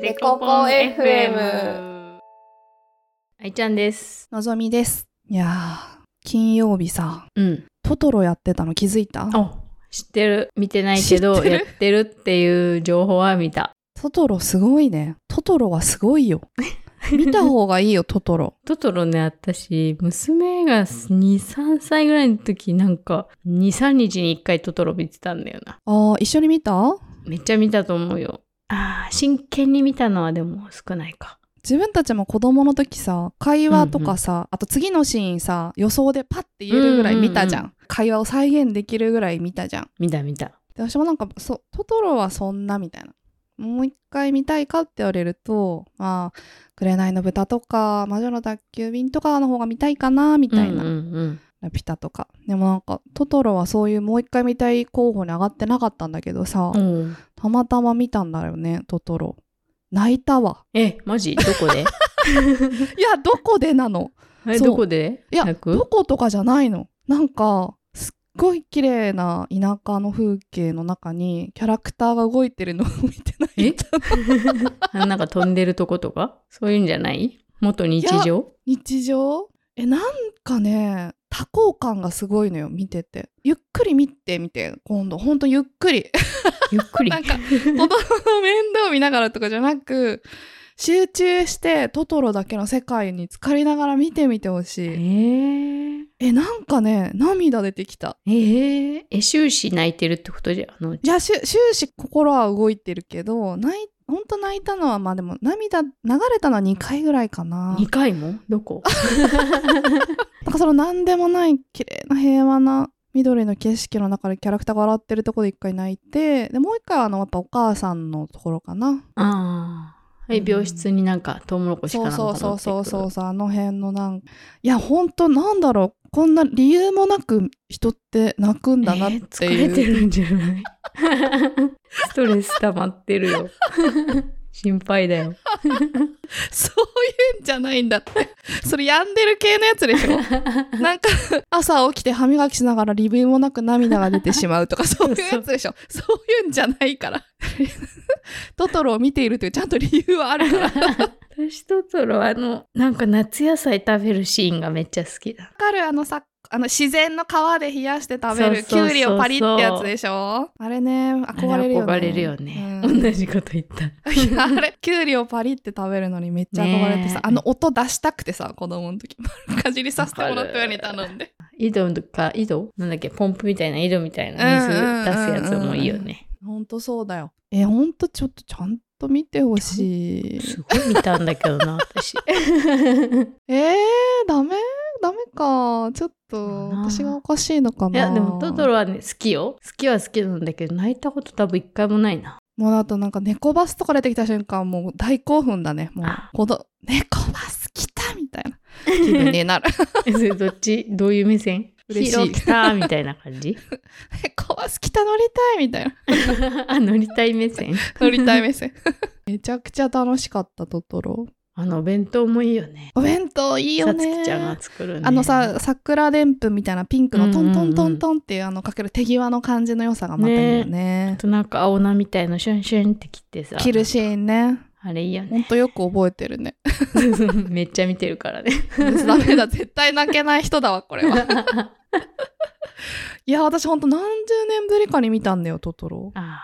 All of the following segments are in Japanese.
デコポン FM あいちゃんです。のぞみです。いやー、金曜日さ、うん。トトロやってたの気づいたあ、知ってる。見てないけど、知ってるやってるっていう情報は見 た。トトロすごいね。トトロはすごいよ。見た方がいいよ、トトロ。トトロね、私、娘が2、3歳ぐらいの時、なんか、2、3日に1回トトロ見てたんだよな。あー、一緒に見ためっちゃ見たと思うよ。あー真剣に見たのはでも少ないか。自分たちも子供の時さ、会話とかさ、あと次のシーンさ、予想でパッて言えるぐらい見たじゃん。うん会話を再現できるぐらい見たじゃん。見た見た。で私もなんかそうトトロはそんなみたいなもう一回見たいかって言われるとまあ「紅の豚」とか「魔女の宅急便」とかの方が見たいかなみたいな、うんうんうんラピュタとかでもなんかトトロはそういうもう一回見たい候補に上がってなかったんだけどさ、うんたまたま見たんだよねトトロ泣いたわえ、マジどこでいやどこでなの えそうどこでいや泣どくことかじゃないのなんかすっごい綺麗な田舎の風景の中にキャラクターが動いてるのを見てないえ あなんか飛んでるとことかそういうんじゃない元日常日常えなんかね多幸感がすごいのよ見ててゆっくり見てみて今度ほんとゆっくりゆっくり。なんか子供の面倒見ながらとかじゃなく集中してトトロだけの世界に浸かりながら見てみてほしえいー、えなんかね涙出てきたえー、え、終始泣いてるってことじゃん。あのいやしゅ終始心は動いてるけどないほんと泣いたのはまあでも涙流れたのは2回ぐらいかな2回もどこなんかその何でもない綺麗な平和な緑の景色の中でキャラクターが笑ってるところで一回泣いてでもう一回はあのやっぱお母さんのところかなああ。え、病室になんかトウモロコシかそなうんかそうそうそうそ乗うってそうあの辺のなんいやほんとなんだろうこんな理由もなく人って泣くんくるだなってえー疲れていう、るんじゃない ストレス溜まってる よ。心配だ よ。 そういうんじゃないんだってそれ病んでる系のやつでしょ なんか朝起きて歯磨きしながら理由もなく涙が出てしまうと かそういうやつでしょそういうんじゃないから トトロを見ているというちゃんと理由はあるからわ私トトロあのなんか夏野菜食べるシーンがめっちゃ好きだかるあのさあの自然の皮で冷やして食べるそうそうそうそうきゅうりをパリってやつでしょあれね憧れるよねあ憧れるよね、 うん同じこと言ったいやあれきゅうりをパリって食べるのにめっちゃ憧れてねさ、えあの音出したくてさ子供の時 かじりさせてもらったように頼んで井戸とか井戸なんだっけポンプみたいな井戸みたいな水出すやつもいいよね、ほんとそうだよえほんとちょっとちゃんと見てほし いすごい見たんだけど な私えー、ダメダメかちょっとかな私がおかしいのかいなやでもトトロはね好きよ好きは好きなんだけど泣いたこと多分一回もないなもうあとなんか猫バスとか出てきた瞬間もう大興奮だねもうあこの猫バス来たみたいな気分に なるえそれどっちどういう目線嬉しいヒーロー来たみたいな感 じ猫バス来た乗りたいみたいなあ乗りたい目線乗りたい 目線めちゃくちゃ楽しかったトトロあのお弁当もいいよねお弁当いいよさねつきちゃんが作るねあのさ桜でんぷんみたいなピンクのトントントントンっていうあのかける手際の感じの良さがまたいいよねあとなんか青菜みたいのシュンシュンって切ってさ着るシーンねあれいいよほんねとよく覚えてる ね めっちゃ見てるからねダメだ絶対泣けない人だわこれ はいや私ほんと何十年ぶりかに見たんだよトトロあ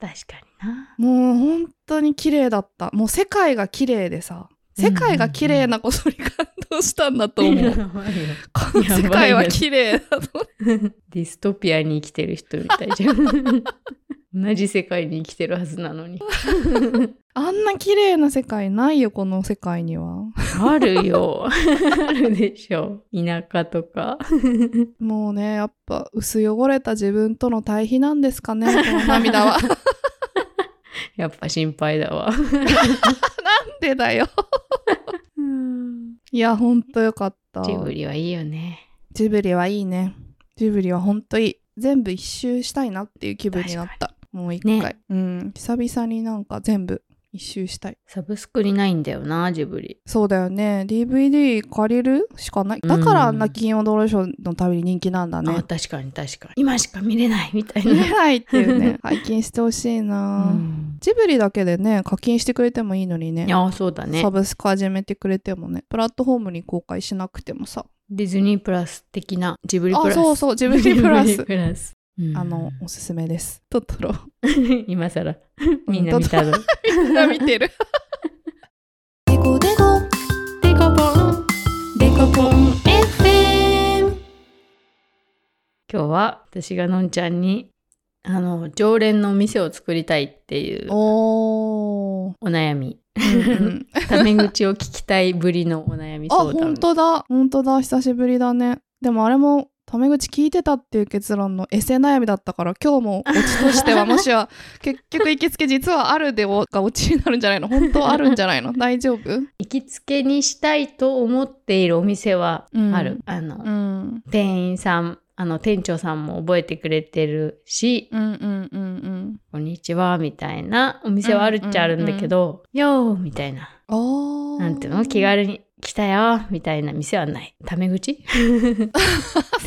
ー確かになもう本当に綺麗だったもう世界が綺麗でさ世界が綺麗なことに感動したんだ と思う、やばいよこの世界は綺麗だとディストピアに生きてる人みたいじゃ ん同じ世界に生きてるはずなのにあんな綺麗な世界ないよこの世界にはあるよあるでしょ田舎とかもうねやっぱ薄汚れた自分との対比なんですかねこの涙 はなんやっぱ心配だわでだよいやほんとよかったジブリはいいよねジブリはいいねジブリはほんといい全部一周したいなっていう気分になったもう一回、ねうん久々になんか全部一周したい。サブスクにないんだよな、ジブリ。そうだよね。DVD 借りるしかない。だからあんな金曜ドローショーのために人気なんだあね。確かに確かに。今しか見れないみたい見な。れないっていう ね。拝見してほしいうな、ん、ジブリだけでね、課金してくれてもいいのにね。ああ、そうだねサ。ブスク始めてくれてもね。プラットフォームに公開しなくてもさ。ディズニープラス的なジブリプあ、ラス。そうそう、ジブリプラジブスリ。プラス。うんあの、おすすめです。トトロ。 今更みんな見たぞ。みんな見てる。デコデコデコポンデコポン FM 今日は私がのんちゃんにあの常連のお店を作りたいっていうおおー。悩みうんうんタメ口を聞きたいぶりのお悩みあ、相談本当だ。本当だ。久しぶりだね。でもあれも、タメ口聞いてたっていう結論のエセ悩みだったから、今日もオチとしては、もし は、結局行きつけ実はあるでおがオチになるんじゃないの本当あるんじゃないの大丈夫行きつけにしたいと思っているお店はある、うんあの、うん。店員さんあの店長さんも覚えてくれてるしうんうんうんうん。 「こんにちは」みたいなお店はあるっちゃあるんだけど「よー」みたいなあー。なんていうの気軽に来たよみたいな店はないタメ口 かに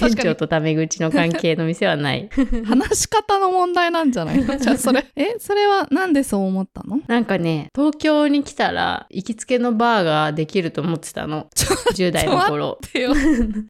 店長とタメ口の関係の店はない話し方の問題なんじゃない のじゃあそれ。え、それはなんでそう思ったのなんかね東京に来たら行きつけのバーができると思ってたのちょ10代の頃てよ。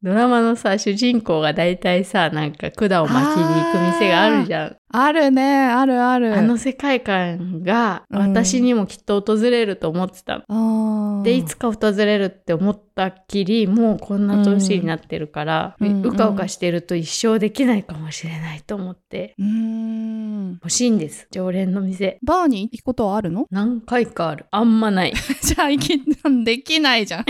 ドラマのさ主人公が大体さなんか管を巻きに行く店があるじゃんあるね。あるあある。の世界観がうん私にもきっと訪れると思ってたの、あーでいつか訪れるって思ったっきりもうこんな年になってるから、ううんかうかしてると一生できないかもしれないと思ってうーん。欲しいんです常連の店バーに行くことはあるの何回かあるあんまない じゃあ行き、できない じゃん。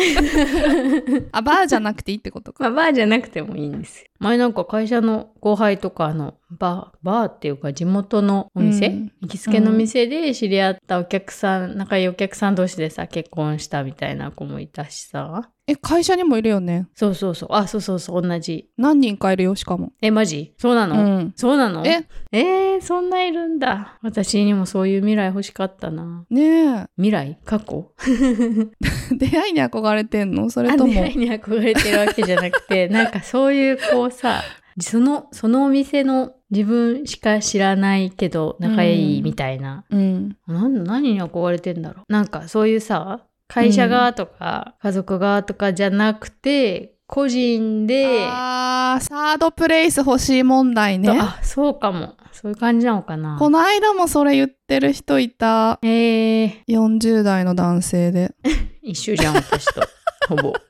あ、バーじゃなくていいってこと か。まあバーじゃなくてもいいんですよ前なんか会社の後輩とかあのバーバーっていうか地元のお店、うん行きつけの店で知り合ったお客さん、仲良いお客さん同士でさ結婚したみたいな子もいたしさえ、会社にもいるよね。そうそうそうあそうそうそう同じ何人かいるよ、しかも。えマジそうなうの、ん。そうなのええー、そんないるんだ。私にもそういう未来欲しかったな。ね未来過去え。 出会いに憧れてんのそれあと未も来。に憧れてるわけじゃなく て、なんかそういうこうさ、その、そのお店の自分しか知らないけど仲いいみたいな。うん。なん何に憧れてんだろう。なんかそういうさ、会社がとか、家族がとかじゃなくて、個人で、あー、サードプレイス欲しい問題とね。あ、そうかも。そういう感じなのかな。この間もそれ言ってる人いた。えー、 40代の男性で。一緒じゃん、私と。ほぼ。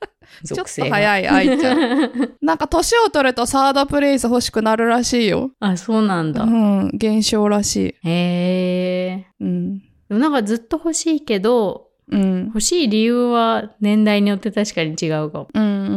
ちょっ属と性が。早い、愛ちゃん。 なんか年を取るとサードプレイス欲しくなるらしいよ。あ、そうなんうだ。ん、現象らしい。へえ。うん。でもなんかずっと欲しいけど、うん。欲しい理由は年代によって確かに違うかも。うんうんうんう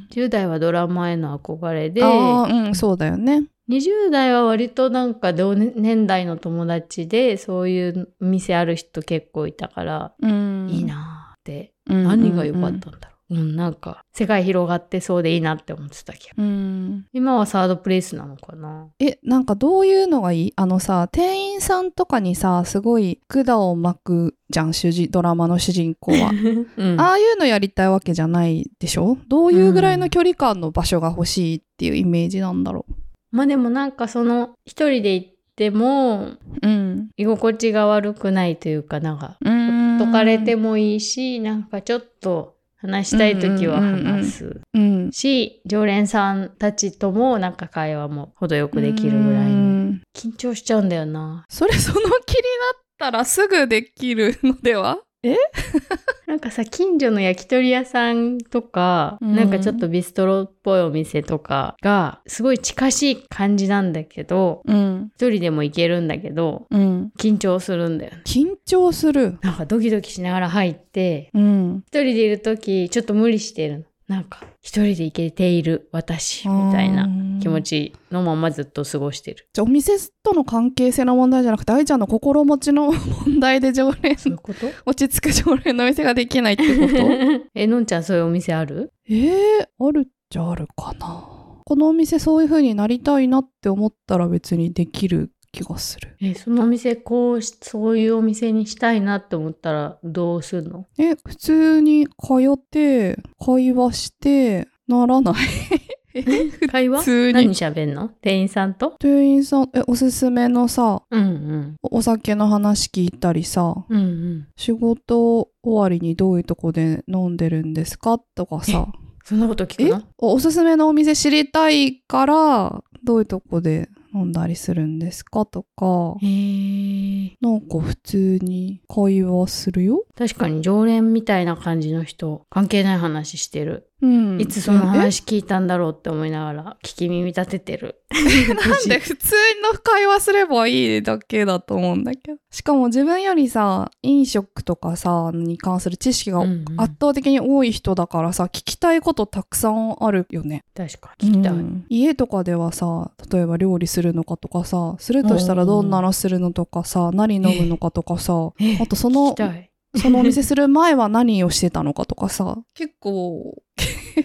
ん。 10代はドラマへの憧れで、ああ、うん、そうだよね。 20代は割となんか同年代の友達で、そういう店ある人結構いたから、うん。いいなーって。うんうんうん。何が良かったんだろう。うん、なんか、世界広がってそうでいいなって思ってたけど。うん。今はサードプレイスなのか なえ、なんかどういうのがいいあのさ、店員さんとかにさ、すごい管を巻くじゃん、主人、ドラマの主人公は。うん ああいうのやりたいわけじゃないでしょどういうぐらいの距離感の場所が欲しいっていうイメージなんだろまあでもなんかその一人で行ってもう。うん。居心地が悪くないというかなんかうん解かれてもいいしなんかちょっと話したい時は話すうん。し常連さんたちともなんか会話も程よくできるぐらいうのん緊張しちゃうんだよなそれその気になったらすぐできるのではえなんかさ近所の焼き鳥屋さんとかうんなんかちょっとビストロっぽいお店とかがすごい近しい感じなんだけどうん。一人でも行けるんだけどうん。緊張するんだよね緊張する。なんかドキドキしながら入って、うん。一人でいるとき、ちょっと無理してるの。なんか、一人で行けている私、みたいな気持ち。ちのままずっと過ごしてる。じゃあお店との関係性の問題じゃなくて、愛ちゃんの心持ちの問題で常 連、そういうこと落ち着く常連のお店ができないってこと え、のんちゃんそういうお店あるえー、あるっちゃあるかな。このお店そういう風になりたいなって思ったら別にできる気がする。え、そのお店、こうし、そういうお店にしたいなって思ったら、どうすんのえ、普通に通って、会話して、ならない。会話普通に何喋んの店員さんと店員さん、え、おすすめのさ、うんお酒の話聞いたりさ、うん。うんうん。仕事終わりにどういうとこで飲んでるんですかとか さ、そんなこと聞えくのおおすすめのお店知りたいから、どういうとこで飲んだりするんですかとか、へーなんか普通に会話するよ。確かに常連みたいな感じの人、関係ない話してる。うんいつそのえ話聞いたんだろうって思いながら、聞き耳立ててる。 なんで普通の会話すればいいだけだと思うんだけど。しかも自分よりさ、飲食とかさ、に関する知識がうんうん圧倒的に多い人だからさ、聞きたいことたくさんあるよね。確かに聞きたい。うん家とかではさ、例えば料理するのかとかさ、するとしたらどんなのするのとかさ、何飲むのかとか さ、ええあとそ聞き、のたい。 そのお店する前は何をしてたのかとかさ、結 構、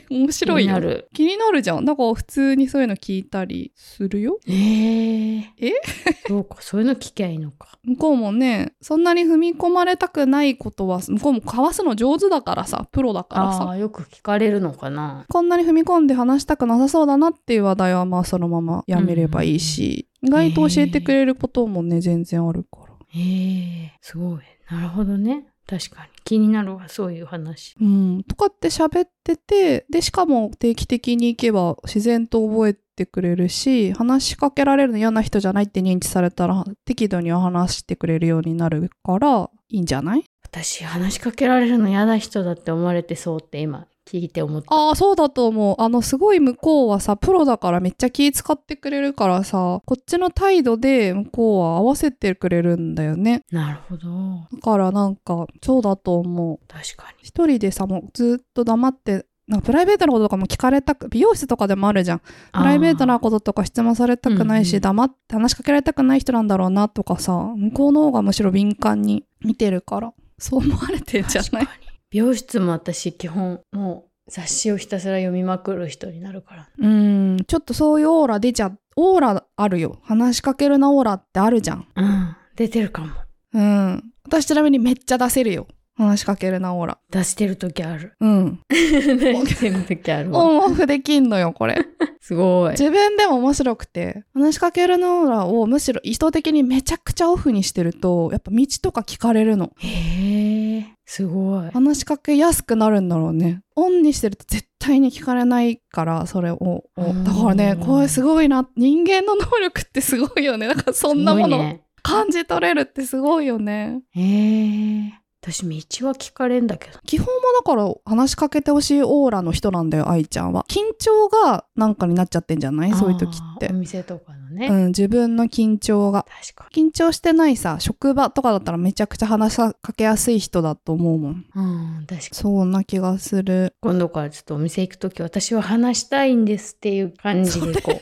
面白い気になよねる。気になるじゃん。だから普通にそういうの聞いたりするよ。えー、え そうか、そういうの聞きゃいいのか。向こうもね、そんなに踏み込まれたくないことは、向こうもかわすの上手だからさ、プロだからあさ。あ、よく聞かれるのかな。こんなに踏み込んで話したくなさそうだなっていう話題はまあそのままやめればいいし、ん意外と教えてくれることもね、全然あるから。えー、すごい。なるほどね。確かに。気になるわ、そういう話。うん、とかって喋ってて、で、しかも定期的に行けば自然と覚えてくれるし、話しかけられるの嫌な人じゃないって認知されたら、適度には話してくれるようになるから、いいんじゃない私、話しかけられるの嫌な人だって思われてそうって今、聞いて思った。ああ、そうだと思う。あの、すごい向こうはさ、プロだからめっちゃ気使ってくれるからさ、こっちの態度で向こうは合わせてくれるんだよね。なるほど。だからなんか、そうだと思う。確かに。一人でさ、もうずっと黙って、なんかプライベートのこととかも聞かれたく、美容室とかでもあるじゃん。プライベートなこととか質問されたくないうし、んうん黙って話しかけられたくない人なんだろうなとかさ、向こうの方がむしろ敏感に見てるから、そう思われてんじゃ確かないに。美容室も私、基本、もう雑誌をひたすら読みまくる人になるから。うん、ちょっとそういうオーラ出ちゃ、オーラあるよ。話しかけるなオーラってあるじゃん。うん。出てるかも。うん。私ちなみにめっちゃ出せるよ。話しかけるなオーラ。出してる時ある。うん。 出してる時ある オわ。ンオフできんのよ、これ。すごい。自分でも面白くて、話しかけるなオーラをむしろ意図的にめちゃくちゃオフにしてると、やっぱ道とか聞かれるの。へえ、すごい。話しかけやすくなるんだろうね。オンにしてると絶対に聞かれないから、それを。うんだからね、これすごいな。人間の能力ってすごいよね。なん かそんなもすごいのね。感じ取れるってすごいよね。へえ。私、道は聞かれんだけど。基本もだから話しかけてほしいオーラの人なんだよ、愛ちゃんは。緊張がなんかになっちゃってんじゃないそういう時っあーてお。店とかのね。うん、自分の緊張が。確か緊張してないさ、職場とかだったらめちゃくちゃ話しかけやすい人だと思うもん。に。うん、確かに。そんな気がする。 今度からちょっとお店行くとき、私は話したいんですっていう感じでこう。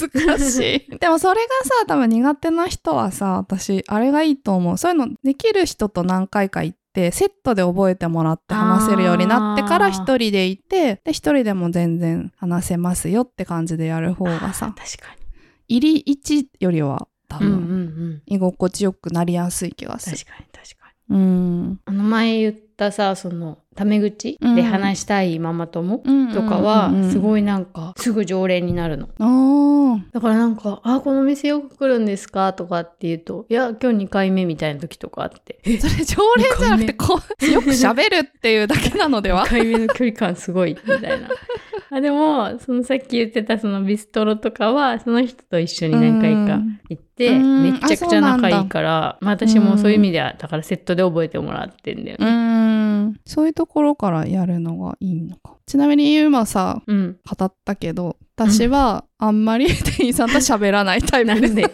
難しい でもそれがさ多分苦手な人はさ私あれがいいと思うそういうのできる人と何回か行ってセットで覚えてもらって話せるようになってからあー一人でいてで一人でも全然話せますよって感じでやる方があさー 確か入り1よりは多に。うんうん分、うん。居心地よくなりやすい気がす確るかに確かに。うんあの前言ったさ、その、タメ口で話したいママ友とかは、すいごいなんか、すぐ常連になるの。あーだからなんか、あ、この店よく来るんですかとかって言うと、いや、今日2回目みたいな時とかあって。それ常連じゃなくて こうよく喋るっていうだけなのでは2回目の距離感すごい、みたいな。 あでも、そのさっき言ってたそのビストロとかは、その人と一緒に何回うかん行って、うんめっちゃくちゃ仲いいから、まあ私もそういう意味では、だからセットで覚えてもらってんだようね。ーんそういうところからやるのがいいのか。ちなみに今さ、うん。語ったけど、私はあんまり店員さんと喋らないタ イなプです。んいで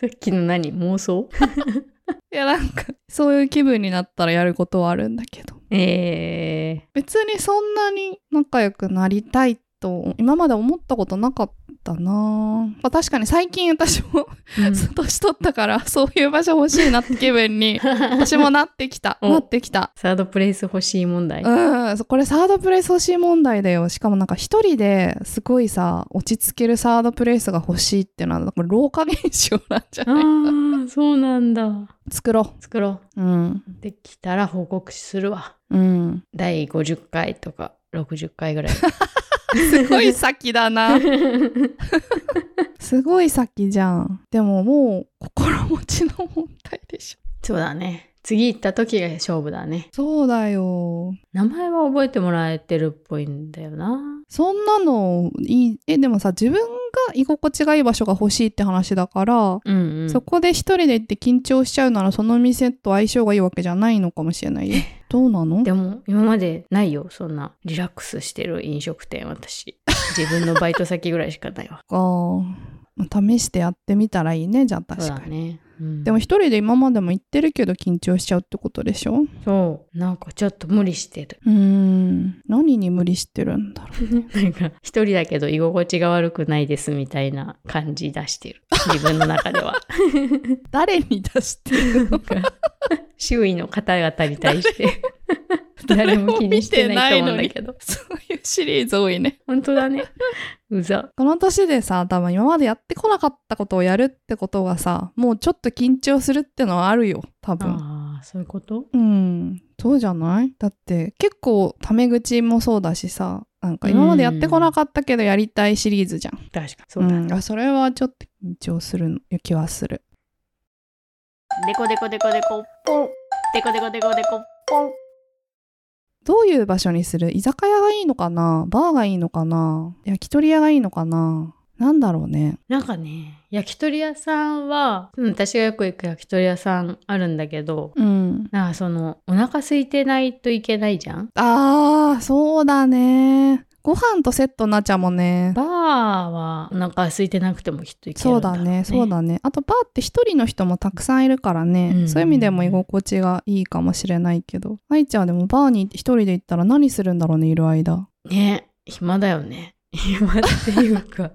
さっきの何妄想や、なんか、そういう気分になったらやることはあるんだけど。え別にそんなに仲良くなりたいと、今まで思ったことなかっったな、まあ、確かに最近私も うん年取ったからそういう場所欲しいなって気分に私もなってきたおなってきたサードプレイス欲しい問題。うんそうこれサードプレイス欲しい問題だよしかもなんか一人ですごいさ落ち着けるサードプレイスが欲しいってのはこれ老化現象なんじゃないああ、そうなんだ。作ろ作ろううんう。できたら報告するわ。うん第50回とか60回ぐらい。すごい先だなすごい先じゃんでももう心持ちの問題でしょ そうだね。次行った時が勝負だね。そうだよ名前は覚えてもらえてるっぽいんだよな。そんなのいいえでもさ自分が居心地がいい場所が欲しいって話だから、うんうん。そこで一人で行って緊張しちゃうならその店と相性がいいわけじゃないのかもしれない よどうなの。でも今までないよ。そんなリラックスしてる飲食店私。自分のバイト先ぐらいしかない わか、まあ試してやってみたらいいねじゃそあう確だかに、ね。うんでも一人で今までも行ってるけど緊張しちゃうってことでしょうそうなんかちょっと無 理してるーん何に無理してるんだろうなんか一人だけど居心地が悪くないですみたいな感じ出してる自分の中で は誰に出して るなんか周囲の方々に対して 誰も気にしてないと思うんだけどそういうシリーズ多いね本当だねうざこの年でさ多分今までやってこなかったことをやるってことがさもうちょっと緊張するってのはあるよ多分ああそういうことうん、そうじゃないだって結構タメ口もそうだしさなんか今までやってこなかったけどやりたいシリーズじゃん、確かにそうだんあそれはちょっと緊張する気はするデコデコデコデコポンデコデコデコデコポンどういう場所にする居酒屋がいいのかなバーがいいのかな焼き鳥屋がいいのかななんだろうねなんかね焼き鳥屋さんは、うん、私がよく行く焼き鳥屋さんあるんだけどうんなんかそのお腹空いてないといけないじゃんあーそうだねご飯とセットになっちゃうもんねバーはお腹空いてなくてもきっといけそるんうだだろねそうだねあとバーって一人の人もたくさんいるからね、うんそういう意味でも居心地がいいかもしれないけど愛ちゃんはでもバーに一人で行ったら何するんだろうねいる間ね暇だよね暇っていうか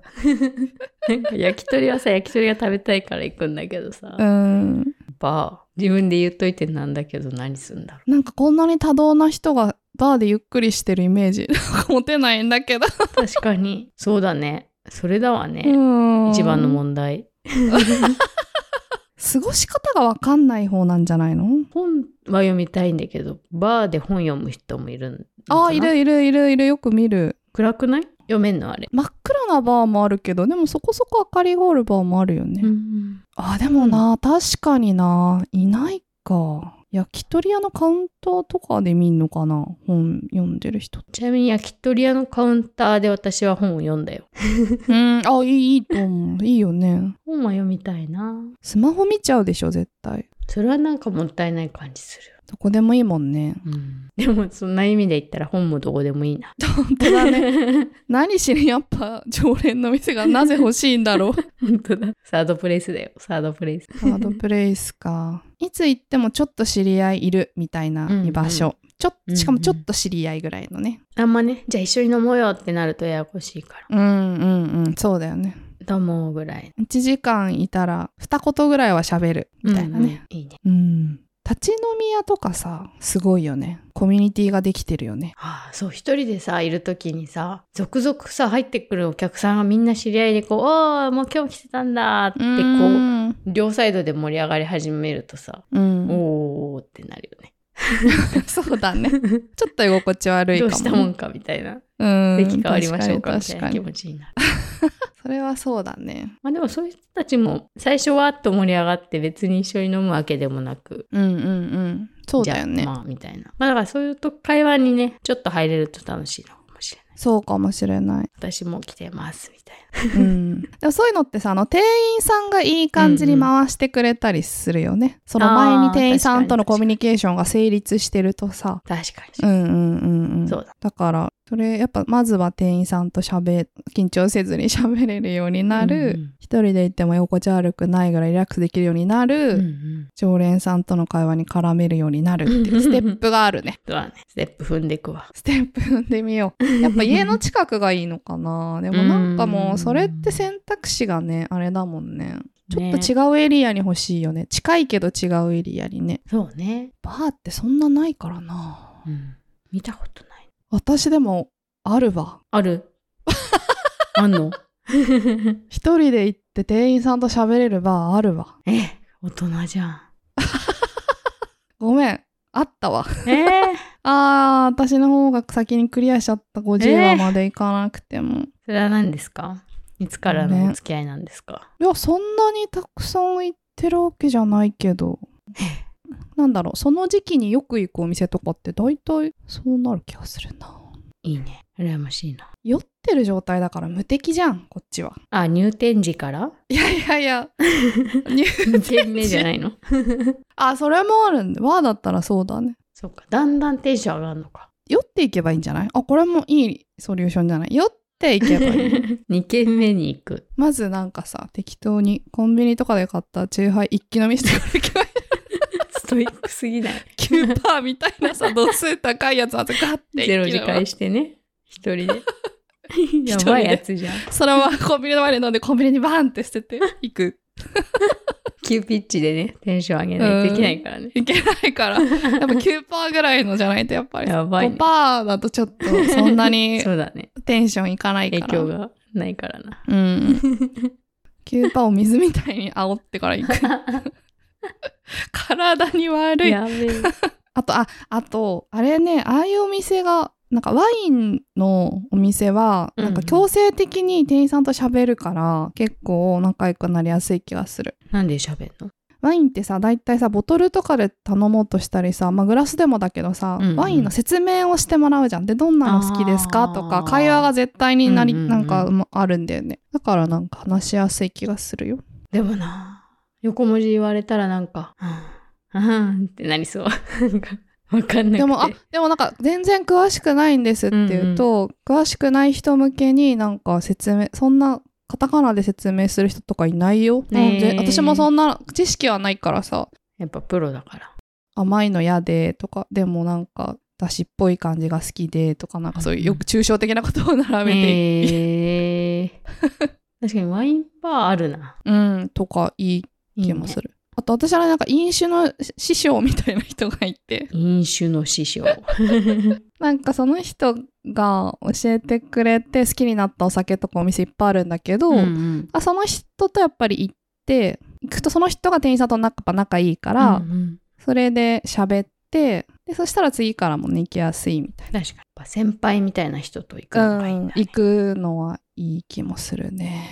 なんか焼き鳥はさ焼き鳥が食べたいから行くんだけどさ、うーんバー自分で言っといてなんだけど何すんだろなんかこんなに多動な人がバーでゆっくりしてるイメージ 持てないんだけどう確かにそうだねそれだわうね、ん一番の問題過ごし方がわかんない方なんじゃないの本は読みたいんだけどバーで本読む人もいるんあーいるいるいるいるよく見る暗くない読めんのあれ、真っ暗なバーもあるけどでもそこそこ明かりがあるバーもあるよね、あでもな、確かにないないか焼き鳥屋のカウンターとかで見んのかな本読んでる人ちなみに焼き鳥屋のカウンターで私は本を読んだようんあいいいいと思ういいよね本は読みたいなスマホ見ちゃうでしょ絶対それはなんかもったいない感じする、どこでもいいもんねでもそんな意味で言ったら本もどこでもいいな 本当だね 何しにやっぱ常連の店がなぜ欲しいんだろう 本当だサードプレイスだよサードプレイスサードプレイスかいつ行ってもちょっと知り合いいるみたいなうんうん居場所、ちょっとしかもちょっと知り合いぐらいのね、あんまねじゃあ一緒に飲もうよってなるとややこしいからうん、うんうんそうだよねどうもぐらい1時間いたら二言ぐらいは喋るみたいなね、うんうんいいねうん。立ち飲み屋とかさ、すごいよね。コミュニティができてるよね。ああそう一人でさいる時にさ続々さ入ってくるお客さんがみんな知り合いでこう「ああもう今日来てたんだ」ってこううん両サイドで盛り上がり始めるとさ「うん、 おーってなるよね。そうだね。ちょっと居心地悪いどかうも、したもんかみたいなうん。席変わりましょうかみた確いかなに気確か持に。ちになる。それはそうだね。まあでもそういう人たちも最初はっと盛り上がって別に一緒に飲むわけでもなく。うんうんうん。そうだよじね。ゃあまあみたいな。まあだからそういうと会話にね、ちょっと入れると楽しいのかもしれない。そうかもしれない。私も来てますみたいうん、で もそういうのってさあの店員さんがいい感じに回してくれたりするよね。その前に店員さんとのあー確かコにミュニケーションが成立してるとさ。な。確かに。うんうんうんうん。そうだ。だからそれやっぱまずは店員さんと喋緊張せずに喋れるようになる、うんうん一人で行っても居心地悪くないぐらいリラックスできるようになる、うんうん。常連さんとの会話に絡めるようになるって いうステップがあるねそうだね。ステップ踏んでいくわ。ステップ踏んでみようやっぱ家の近くがいいのかなでもなんかもうそれって選択肢がね、あれだもんね。ちょねっと違うエリアに欲しいよね。近いけど違うエリアにね。そうね、バーってそんなないからな。うん、見たことない私でもあるわ。ある あんの 一人で行って店員さんと喋れるバーあるわ。え大人じゃんごめん。あったわ。えー、あー、私の方が先にクリアしちゃった50え話ーまで行かなくても。それは何ですかいつからのお付き合いなんですか、いや、そんなにたくさん行ってるわけじゃないけど。 なんだろう、その時期によく行くお店とかって大体そうなる気がするな。いいね羨ましいな酔ってる状態だから無敵じゃん、こっちは。あ入店時からいやいやいや。に2店目じゃないのあ、それもあるんで。わーだったらそうだね。そうかだんだんテンション上がるの か酔っていけばいいんじゃないあ、これもいいソリューションじゃない。酔っていけばいい。 2軒目に行くまずなんかさ、適当にコンビニとかで買ったチューハイ一気飲みしてくる 気がストイックすぎない9%みたいなさ、度数高いやつあとガッて ゼロ時一気飲返みしてね一人で や一人でばいやつじゃんそのままコンビニの前で飲んでコンビニにバーンって捨ててい く。急ピッチでねテンション上げないといけないからねいけないから。やっぱ9%ぐらいのじゃないとやっぱり。やばいね5%だとちょっとそんな にそうだねテンションいかないか影ら。響がないからなうん。9%を水みたいに煽ってからい く。体に悪い。やべえあと、あ、あと、あれね、ああいうお店が、なんかワインのお店は、うんなんか強制的に店員さんと喋るから、結構仲良くなりやすい気がする。なんで喋んのワインってさ、だいたいさ、ボトルとかで頼もうとしたりさ、まあグラスでもだけどさ、うんうんワインの説明をしてもらうじゃん。で、どんなの好きですかあーとか、会話が絶対になり、うんうんうんなんかまあるんだよね。だからなんか話しやすい気がするよ。でもな横文字言われたらなんか「うんうん」 ってなりそうなんかわかんなくてでも、あ、でもなんか全然詳しくないんですっていうと、詳しくない人向けになんか説明、そんなカタカナで説明する人とかいないよ。なんでねえ私もそんな知識はないからさ、やっぱプロだから甘いの嫌でとか、でもなんか、だしっぽい感じが好きでとか、なんかそういうよく抽象的なことを並べて、へえ 確かにワインバーあるなうん、とかいいいい気ねもする。あと私はなんか飲酒の師匠みたいな人がいて、飲酒の師匠なんかその人が教えてくれて好きになったお酒とかお店いっぱいあるんだけど、うんあその人とやっぱり行って行くとその人が店員さんとなんかやっぱ仲いいから、うんうんそれで喋ってでそしたら次からもね行きやすいみたい確かにやっぱ先輩みたいな人と行くなのがいいんだね、行くのはいい気もするね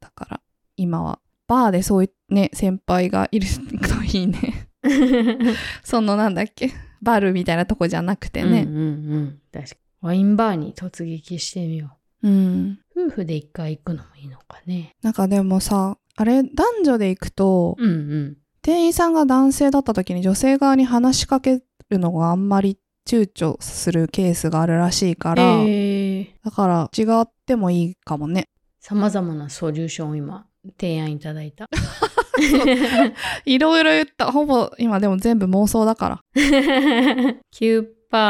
だから今はバーでそういうね先輩がいるといいね そのなんだっけバルみたいなとこじゃなくてうねんうんうん確かにワインバーに突撃してみようん、う夫婦で一回行くのもいいのかねなんかでもさあれ男女で行くと、うんうん店員さんが男性だった時に女性側に話しかけるのがあんまり躊躇するケースがあるらしいから、えーだから違ってもいいかもね。さまざまなソリューションを今提案いただいた。 いろいろ言った。ほぼ今でも全部妄想だから。 9%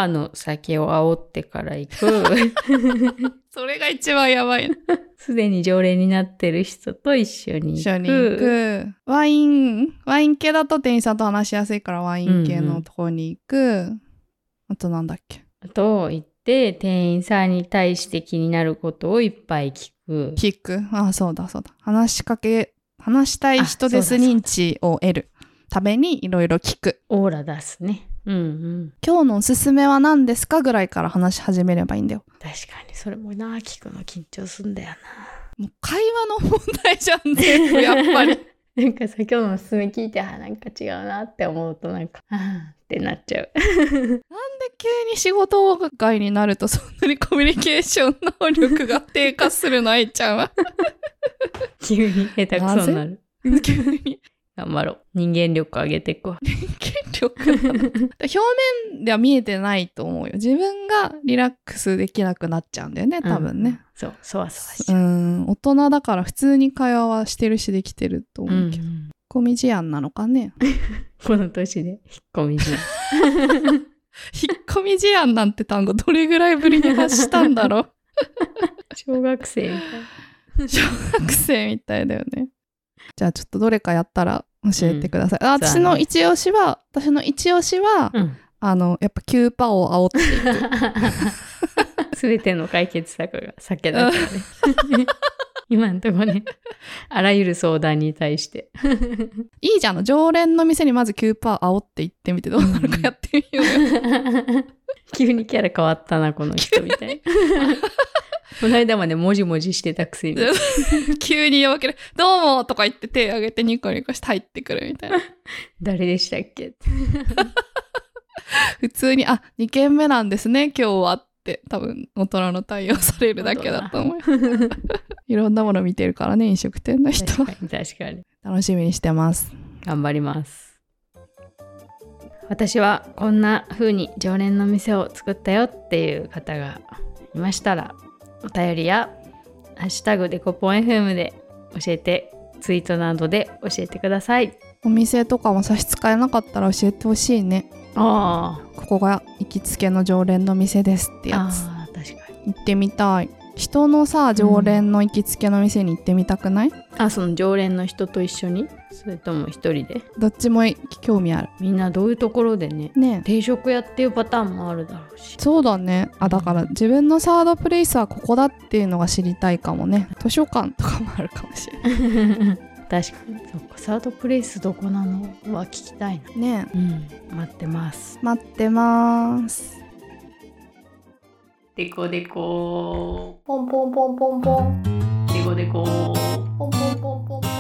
の酒を煽ってから行く。それが一番やばい。すでに常連になってる人と一緒に行く。一緒に行く。ワイン、ワイン系だと店員さんと話しやすいからワイン系のところに行く。あとなんだっけ。あと行って店員さんに対して気になることをいっぱい聞く。キック。ああ、そうだそうだ。話しかけ、話したい人ですあそうだそうだ認知を得るためにいろいろ聞く。オーラ出すね。うんうん。今日のおすすめは何ですかぐらいから話し始めればいいんだよ。確かにそれもな聞くの緊張すんだよな。もう会話の問題じゃん、全部やっ ぱり。。なんかさ今日のおすすめ聞いてあなんか違うなって思うとなんかあーってなっちゃう。急に仕事外になるとそんなにコミュニケーション能力が低下するの、愛ちゃん は。 急に下手くそになる。急に。 頑張ろう。人間力上げていくわ。権力なの表面では見えてないと思うよ。自分がリラックスできなくなっちゃうんだよね、多分ね。。そう、そわそわしうちゃう。ん、大人だから普通に会話はしてるしできてるとうん思うけど。うんコミ事案なのかね。この年で引っ込み思案 引っ込み事案なんて単語どれぐらいぶりに発したんだろう小学生みたいな。 小学生みたいだよね。じゃあちょっとどれかやったら教えてください。あ私の一押しは、私の一押しは、うん。あの、やっぱキューパーを煽って、 すべての解決策が酒だからね。 今のところね、あらゆる相談に対して。いいじゃん。常連の店にまずキューパー煽って行ってみてどうなるかやってみ ようよ。急にキャラ変わったな、この人みた いな。この間までもじもじしてたくせに。急に夜明ける。どうもとか言って手挙げてニコニコして入ってくるみた いな。誰でしたっけ普通に、あ、2軒目なんですね、今日はって、多分大人の対応されるだけだ と思う。いろんなもの見てるからね、飲食店の人確はか。に確かに。楽しみにしてます。頑張ります。私はこんな風に常連の店を作ったよっていう方がいましたらお便りや「ハッシュタグデコポン FM」で教えてツイートなどで教えてください。お店とかも差し支えなかったら教えてほしいね。あここが行きつけの常連の店ですってーやつ。あー確かに。行ってみたい。人のさ、常連の行きつけの店に行ってみたくない、あその常連の人と一緒にそれとも一人でどっちも興味ある。みんなどういうところでねねえ定食屋っていうパターンもあるだろう しそうだね。あ、だから自分のサードプレイスはここだっていうのが知りたいかもね。図書館とかもあるかもしれない。確かにそっかサードプレイスどこなのは聞きたいな。ねえうん、待ってます。待ってます。デコデコポンポンポンポンポンデコデポコンポンポンポンポン